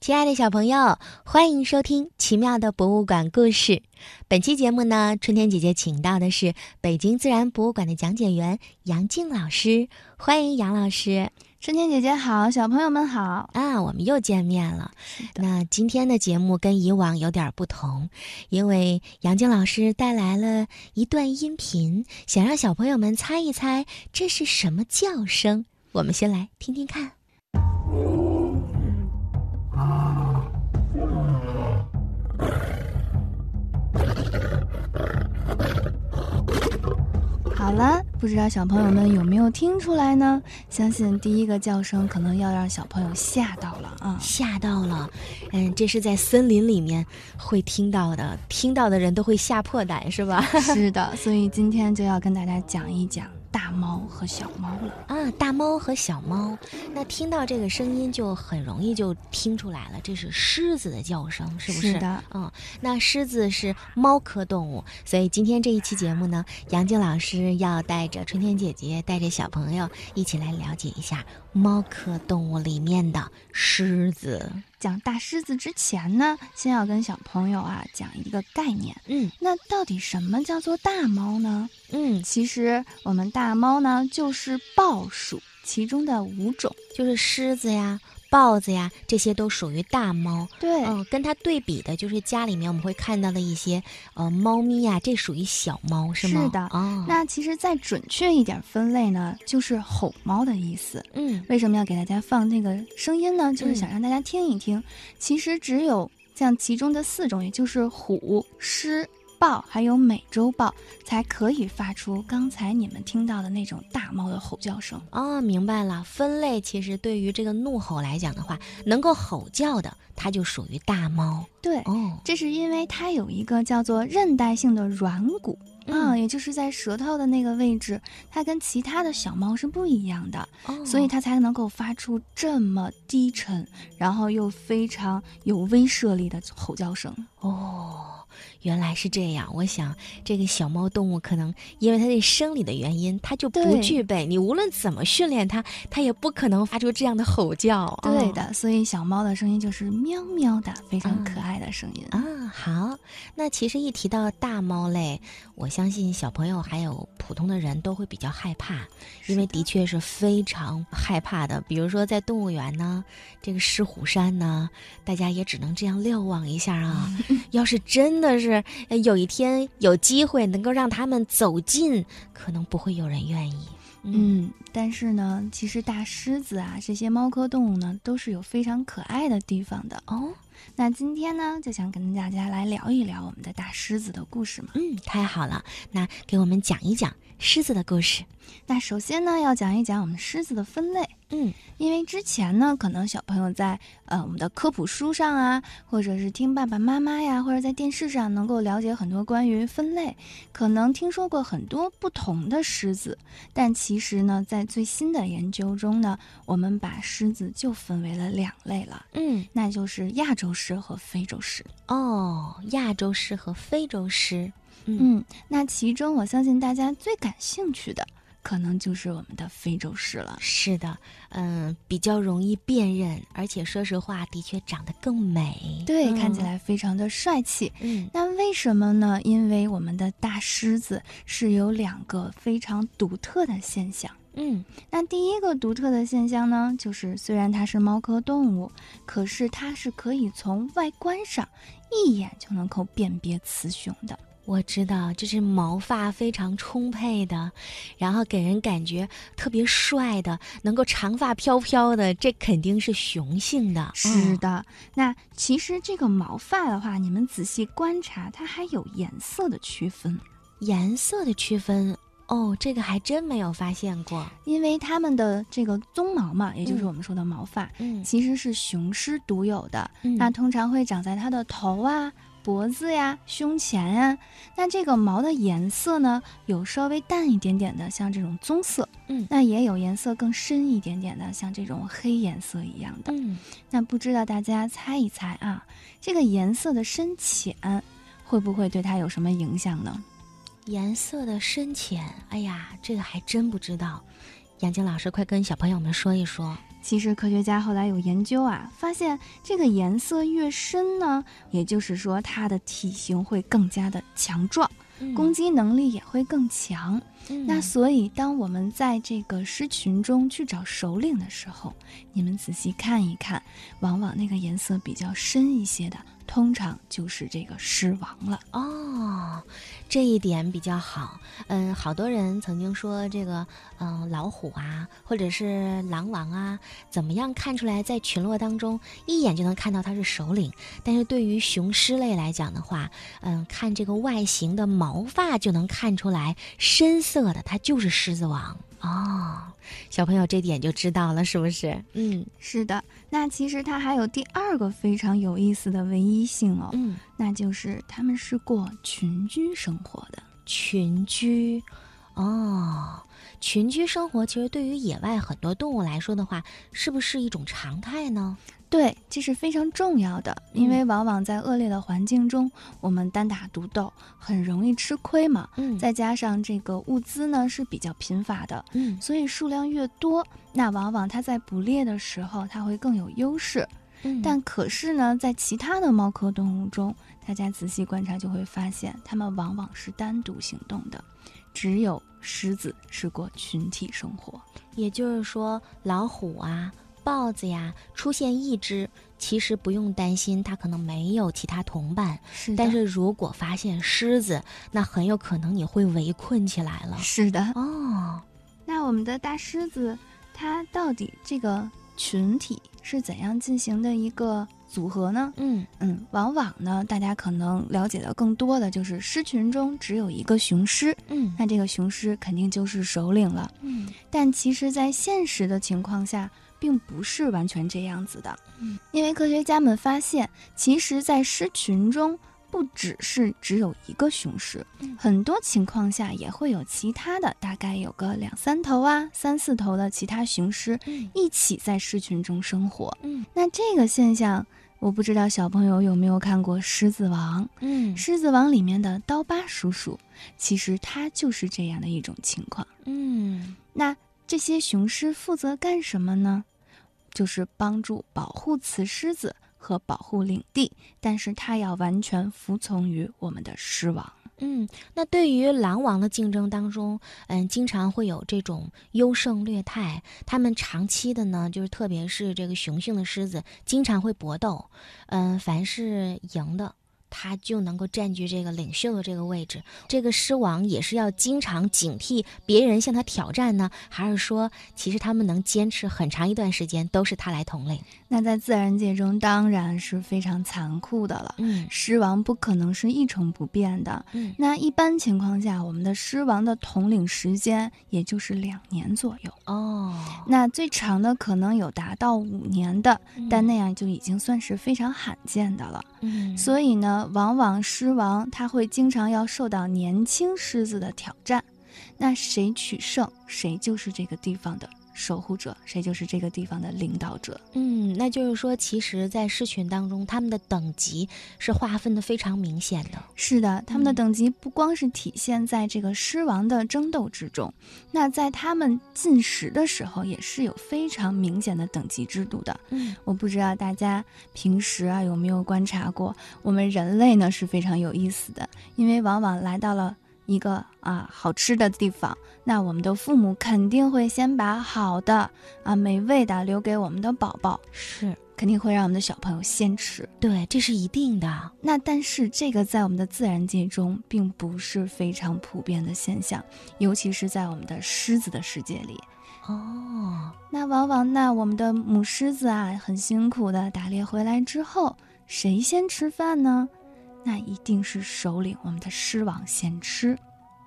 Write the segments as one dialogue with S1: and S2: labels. S1: 亲爱的小朋友，欢迎收听《奇妙的博物馆故事》。本期节目呢，春天姐姐请到的是北京自然博物馆的讲解员杨静老师，欢迎杨老师
S2: 春天姐姐好，小朋友们好。
S1: 啊！我们又见面了。那今天的节目跟以往有点不同，因为杨静老师带来了一段音频，想让小朋友们猜一猜这是什么叫声。我们先来听听看。
S2: 好了，不知道小朋友们有没有听出来呢？相信第一个叫声可能要让小朋友吓到了 啊！
S1: 吓到了，嗯，这是在森林里面会听到的，听到的人都会吓破胆，是吧？
S2: 是的，所以今天就要跟大家讲一讲大猫和小猫了。
S1: 啊，大猫和小猫，那听到这个声音就很容易就听出来了，这是狮子的叫声，是不是？
S2: 的，
S1: 嗯，那狮子是猫科动物，所以今天这一期节目呢，杨静老师要带着春天姐姐，带着小朋友一起来了解一下猫科动物里面的狮子。
S2: 讲大狮子之前呢，先要跟小朋友啊讲一个概念。
S1: 嗯
S2: 那到底什么叫做大猫呢？
S1: 嗯，
S2: 其实我们大猫呢就是豹属其中的五种。
S1: 就是狮子呀、豹子呀，这些都属于大猫。
S2: 对
S1: 嗯，跟它对比的就是家里面我们会看到的一些呃猫咪呀、这属于小猫是吗？
S2: 是的
S1: 哦，
S2: 那其实再准确一点分类呢，就是吼猫的意思。
S1: 嗯
S2: 为什么要给大家放那个声音呢？就是想让大家听一听。其实只有像其中的四种，也就是虎、狮、豹，还有美洲豹，才可以发出刚才你们听到的那种大猫的吼叫声。
S1: 哦，明白了。分类其实对于这个怒吼来讲的话，能够吼叫的，它就属于大猫。
S2: 对，
S1: 哦，
S2: 这是因为它有一个叫做韧带性的软骨。啊、
S1: 嗯
S2: 也就是在舌头的那个位置，它跟其他的小猫是不一样的。
S1: 哦
S2: 所以它才能够发出这么低沉，然后又非常有威慑力的吼叫声。
S1: 哦，原来是这样。我想这个小猫动物可能因为它的生理的原因，它就不
S2: 对
S1: 具备，你无论怎么训练它，它也不可能发出这样的吼叫。
S2: 对
S1: 哦
S2: 的，所以小猫的声音就是喵喵的，非常可爱的声音。
S1: 嗯啊，好，那其实一提到大猫类，我相信小朋友还有普通的人都会比较害怕，因为的确是非常害怕的。比如说在动物园呢，这个狮虎山呢，大家也只能这样瞭望一下 啊。要是真的是呃有一天有机会能够让他们走近，可能不会有人愿意。
S2: 嗯，但是呢，其实大狮子啊，这些猫科动物呢，都是有非常可爱的地方的。
S1: 哦，
S2: 那今天呢，就想跟大家来聊一聊我们的大狮子的故事嘛。
S1: 嗯，太好了，那给我们讲一讲狮子的故事。
S2: 那首先呢，要讲一讲我们狮子的分类。
S1: 嗯
S2: 因为之前呢，可能小朋友在呃我们的科普书上啊，或者是听爸爸妈妈呀，或者在电视上能够了解很多关于分类，可能听说过很多不同的狮子，但其实呢，在最新的研究中呢，我们把狮子就分为了两类了，
S1: 嗯。
S2: 那就是亚洲狮和非洲狮。
S1: 哦，亚洲狮和非洲狮。嗯
S2: 嗯，那其中我相信大家最感兴趣的，可能就是我们的非洲狮了。
S1: 是的，嗯，比较容易辨认，而且说实话，的确长得更美。
S2: 对，
S1: 嗯
S2: 看起，来非常的帅气，
S1: 嗯
S2: 那为什么呢？因为我们的大狮子是有两个非常独特的现象。
S1: 嗯
S2: 那第一个独特的现象呢，就是虽然它是猫科动物，可是它是可以从外观上一眼就能够辨别雌雄的。
S1: 我知道，就是毛发非常充沛的，然后给人感觉特别帅的，能够长发飘飘的，这肯定是雄性的。
S2: 是
S1: 嗯
S2: 的，那其实这个毛发的话，你们仔细观察，它还有颜色的区分。
S1: 颜色的区分，哦，这个还真没有发现过。
S2: 因为它们的这个鬃毛嘛，也就是
S1: 嗯
S2: 我们说的毛发，
S1: 嗯
S2: 其实是雄狮独有的。
S1: 嗯
S2: 那通常会长在它的头啊、脖子呀、胸前呀。那这个毛的颜色呢，有稍微淡一点点的，像这种棕色，
S1: 嗯
S2: 那也有颜色更深一点点的，像这种黑颜色一样的。
S1: 嗯，
S2: 那不知道大家猜一猜啊，这个颜色的深浅会不会对它有什么影响呢？
S1: 颜色的深浅，哎呀，这个还真不知道。杨静老师，快跟小朋友们说一说。
S2: 其实科学家后来有研究啊，发现这个颜色越深呢，也就是说它的体型会更加的强壮，攻击能力也会更强。
S1: 嗯
S2: 那所以，当我们在这个狮群中去找首领的时候，你们仔细看一看，往往那个颜色比较深一些的，通常就是这个狮王了。
S1: 哦，这一点比较好。嗯，好多人曾经说这个，嗯、老虎啊，或者是狼王啊，怎么样看出来在群落当中一眼就能看到它是首领？但是对于雄狮类来讲的话，嗯，看这个外形的毛发就能看出来，深色的它就是狮子王。哦，小朋友这点就知道了，是不是？嗯
S2: 是的，那其实它还有第二个非常有意思的唯一性哦，
S1: 嗯，
S2: 那就是它们是过群居生活的。
S1: 群居，哦，群居生活其实对于野外很多动物来说的话，是不是一种常态呢？
S2: 对，这是非常重要的，因
S1: 嗯
S2: 为往往在恶劣的环境中，我们单打独斗，很容易吃亏嘛。
S1: 嗯在
S2: 再加上这个物资呢是比较贫乏的，
S1: 嗯
S2: 所以数量越多，那往往它在捕猎的时候它会更有优势。
S1: 嗯但
S2: 但可是呢，在其他的猫科动物中，大家仔细观察就会发现，它们往往是单独行动的，只有狮子是过群体生活。
S1: 也就是说，老虎啊、豹子呀，出现一只，其实不用担心它可能没有其他同伴，
S2: 是
S1: 但是如果发现狮子，那很有可能你会围困起来了。
S2: 是的，
S1: 哦，
S2: 那我们的大狮子，它到底这个群体是怎样进行的一个组合呢？
S1: 嗯
S2: 嗯，往往呢，大家可能了解的更多的就是狮群中只有一个雄狮，
S1: 嗯
S2: 那这个雄狮肯定就是首领了。
S1: 嗯
S2: 但其实，在现实的情况下，并不是完全这样子的。
S1: 嗯，
S2: 因为科学家们发现，其实，在狮群中不只是只有一个雄狮，
S1: 嗯
S2: 很多情况下也会有其他的，大概有个两三头啊、三四头的其他雄狮
S1: 嗯
S2: 一起在狮群中生活。
S1: 嗯
S2: 那这个现象，我不知道小朋友有没有看过《狮子王》。
S1: 嗯
S2: 《狮子王》里面的刀疤叔叔，其实他就是这样的一种情况。
S1: 嗯
S2: 那这些雄狮负责干什么呢？就是帮助保护雌狮子和保护领地，但是它要完全服从于我们的狮王。
S1: 嗯，那对于狼王的竞争当中，嗯，经常会有这种优胜劣汰。他们长期的呢，就是特别是这个雄性的狮子，经常会搏斗。嗯，凡是赢的，它就能够占据这个领袖的这个位置。这个狮王也是要经常警惕别人向他挑战呢，还是说，其实他们能坚持很长一段时间都是他来统领？
S2: 那在自然界中当然是非常残酷的了，
S1: 嗯
S2: 狮王不可能是一成不变的。
S1: 嗯
S2: 那一般情况下，我们的狮王的统领时间也就是两年左右，
S1: 哦，
S2: 那最长的可能有达到五年的，但那样就已经算是非常罕见的了。
S1: 嗯
S2: 所以呢，往往狮王他会经常要受到年轻狮子的挑战，那谁取胜，谁就是这个地方的守护者，谁就是这个地方的领导者。
S1: 嗯，那就是说，其实，在狮群当中，他们的等级是划分的非常明显的。
S2: 是的，他们的
S1: 嗯
S2: 等级不光是体现在这个狮王的争斗之中，那在他们进食的时候也是有非常明显的等级制度的。
S1: 嗯
S2: 我不知道大家平时啊有没有观察过，我们人类呢是非常有意思的，因为往往来到了一个啊好吃的地方，那我们的父母肯定会先把好的啊美味的留给我们的宝宝，
S1: 是
S2: 肯定会让我们的小朋友先吃。
S1: 对，这是一定的。
S2: 那但是这个在我们的自然界中并不是非常普遍的现象，尤其是在我们的狮子的世界里。
S1: 哦，
S2: 那往往那我们的母狮子啊，很辛苦的打猎回来之后，谁先吃饭呢？那一定是首领我们的狮王先吃。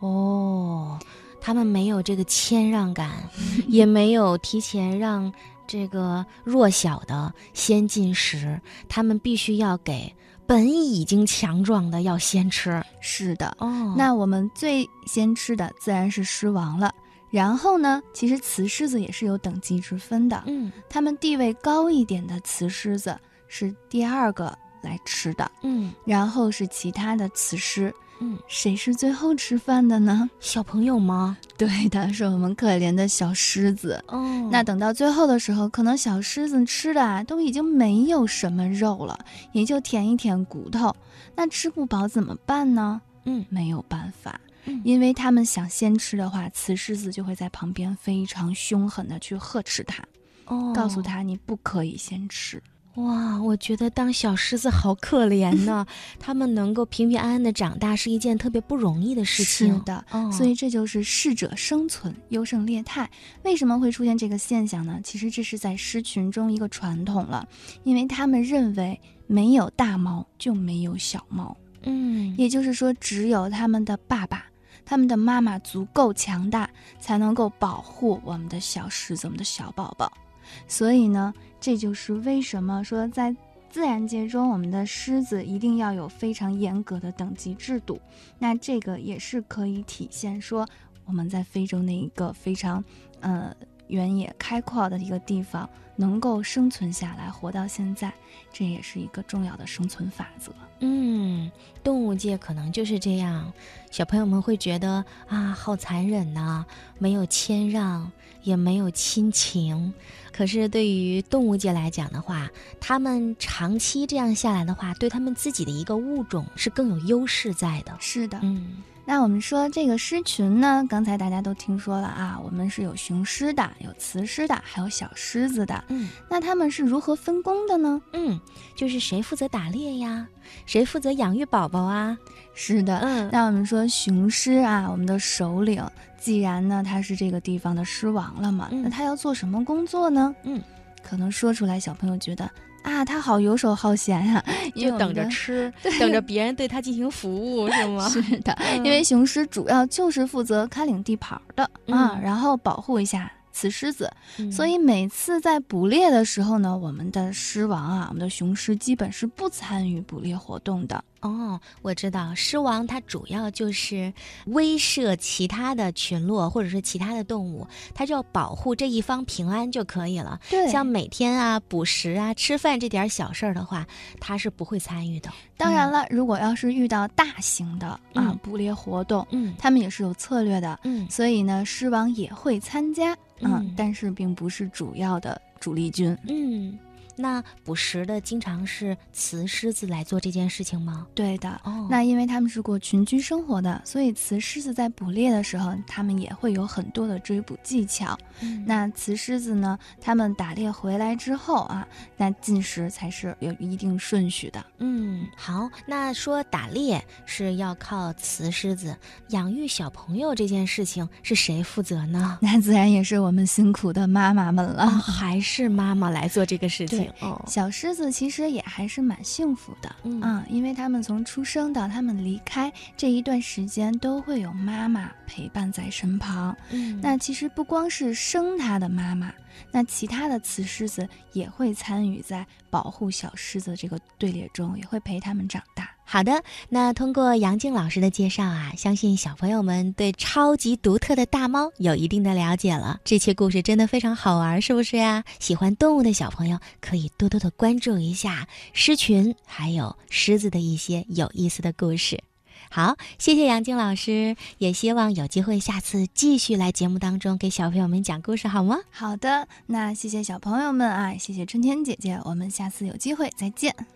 S1: 哦，他们没有这个谦让 感，也没有提前让这个弱小的先进食，他们必须要给。本已经强壮的要先吃。
S2: 是的，
S1: 哦
S2: 那我们最先吃的自然是狮王了。然后呢，其实雌狮子也是有等级之分的，
S1: 嗯
S2: 它们地位高一点的雌狮子是第二个来吃的，
S1: 嗯
S2: 然后是其他的雌狮。
S1: 嗯，
S2: 谁是最后吃饭的呢？
S1: 小朋友吗？
S2: 对的，是我们可怜的小狮子。
S1: 哦
S2: 那等到最后的时候，可能小狮子吃的啊都已经没有什么肉了，也就舔一舔骨头。那吃不饱怎么办呢？
S1: 嗯
S2: 没有办法，
S1: 嗯
S2: 因为他们想先吃的话，雌狮子就会在旁边非常凶狠的去呵斥它，
S1: 哦
S2: 告诉他你不可以先吃。
S1: 哇，我觉得当小狮子好可怜 呢，它们能够平平安安的长大是一件特别不容易的事情。
S2: 是的。
S1: 哦，
S2: 所以这就是适者生存，优胜劣汰。为什么会出现这个现象呢？其实这是在狮群中一个传统了，因为他们认为没有大猫就没有小猫，
S1: 嗯
S2: 也就是说，只有他们的爸爸、他们的妈妈足够强大，才能够保护我们的小狮子、我们的小宝宝。所以呢，这就是为什么说在自然界中，我们的狮子一定要有非常严格的等级制度。那这个也是可以体现说我们在非洲那一个非常呃原野开阔的一个地方能够生存下来，活到现在，这也是一个重要的生存法则。
S1: 嗯，动物界可能就是这样，小朋友们会觉得啊，好残忍呐、没有谦让，也没有亲情。可是对于动物界来讲的话，他们长期这样下来的话，对他们自己的一个物种是更有优势在的。
S2: 是啊的，
S1: 嗯
S2: 那我们说这个狮群呢，刚才大家都听说了啊，我们是有雄狮的，有雌狮的，还有小狮子的。
S1: 嗯
S2: 那它们是如何分工的呢？
S1: 嗯，就是谁负责打猎呀，谁负责养育宝宝啊？
S2: 是的，
S1: 嗯
S2: 那我们说雄狮啊，我们的首领，既然呢他是这个地方的狮王了嘛，
S1: 嗯
S2: 那他要做什么工作呢？
S1: 嗯，
S2: 可能说出来小朋友觉得啊，他好游手好 闲呀、因为
S1: 就
S2: 我
S1: 等
S2: 们
S1: 着
S2: 的
S1: 吃，等着别人对他进行服务，是吗？嗯
S2: 是 的，因为雄狮主要就是负责看领地盘儿的、啊，
S1: 嗯
S2: 然后保护一下雌狮子，
S1: 嗯
S2: 所以每次在捕猎的时候呢，我们的狮王啊，我们的雄狮基本是不参与捕猎活动的。
S1: 哦，我知道，狮王它主要就是威慑其他的群落或者是其他的动物，它就要保护这一方平安就可以了。
S2: 对
S1: 像每天啊捕食啊、吃饭这点小事儿的话，它是不会参与的。
S2: 当然了，如果要是遇到大型的啊
S1: 嗯
S2: 捕猎活动，
S1: 嗯
S2: 他们也是有策略的，
S1: 嗯
S2: 所以呢，狮王也会参加，啊
S1: 嗯
S2: 但是并不是主要的主力军。
S1: 嗯，那捕食的经常是雌狮子来做这件事情吗？
S2: 对的。
S1: 哦，
S2: 那因为他们是过群居生活的，所以雌狮子在捕猎的时候，它们也会有很多的追捕技巧。
S1: 嗯
S2: 那雌狮子呢，它们打猎回来之后啊，那进食才是有一定顺序的。
S1: 嗯，好，那说打猎是要靠雌狮子，养育小朋友这件事情是谁负责呢？
S2: 那自然也是我们辛苦的妈妈们
S1: 啊，
S2: 了。
S1: 还是妈妈来做这个事情
S2: 对。
S1: 哦，
S2: 小狮子其实也还是蛮幸福的，
S1: 嗯
S2: 啊，因为它们从出生到它们离开这一段时间，都会有妈妈陪伴在身旁。
S1: 嗯
S2: 那其实不光是生它的妈妈，那其他的雌狮子也会参与在保护小狮子这个队列中，也会陪它们长大。
S1: 好的，那通过杨静老师的介绍啊，相信小朋友们对超级独特的大猫有一定的了解了。这期故事真的非常好玩，是不是呀、喜欢动物的小朋友可以多多的关注一下狮群，还有狮子的一些有意思的故事。好，谢谢杨静老师，也希望有机会下次继续来节目当中给小朋友们讲故事，好吗？
S2: 好的，那谢谢小朋友们啊，谢谢春天姐姐，我们下次有机会再见。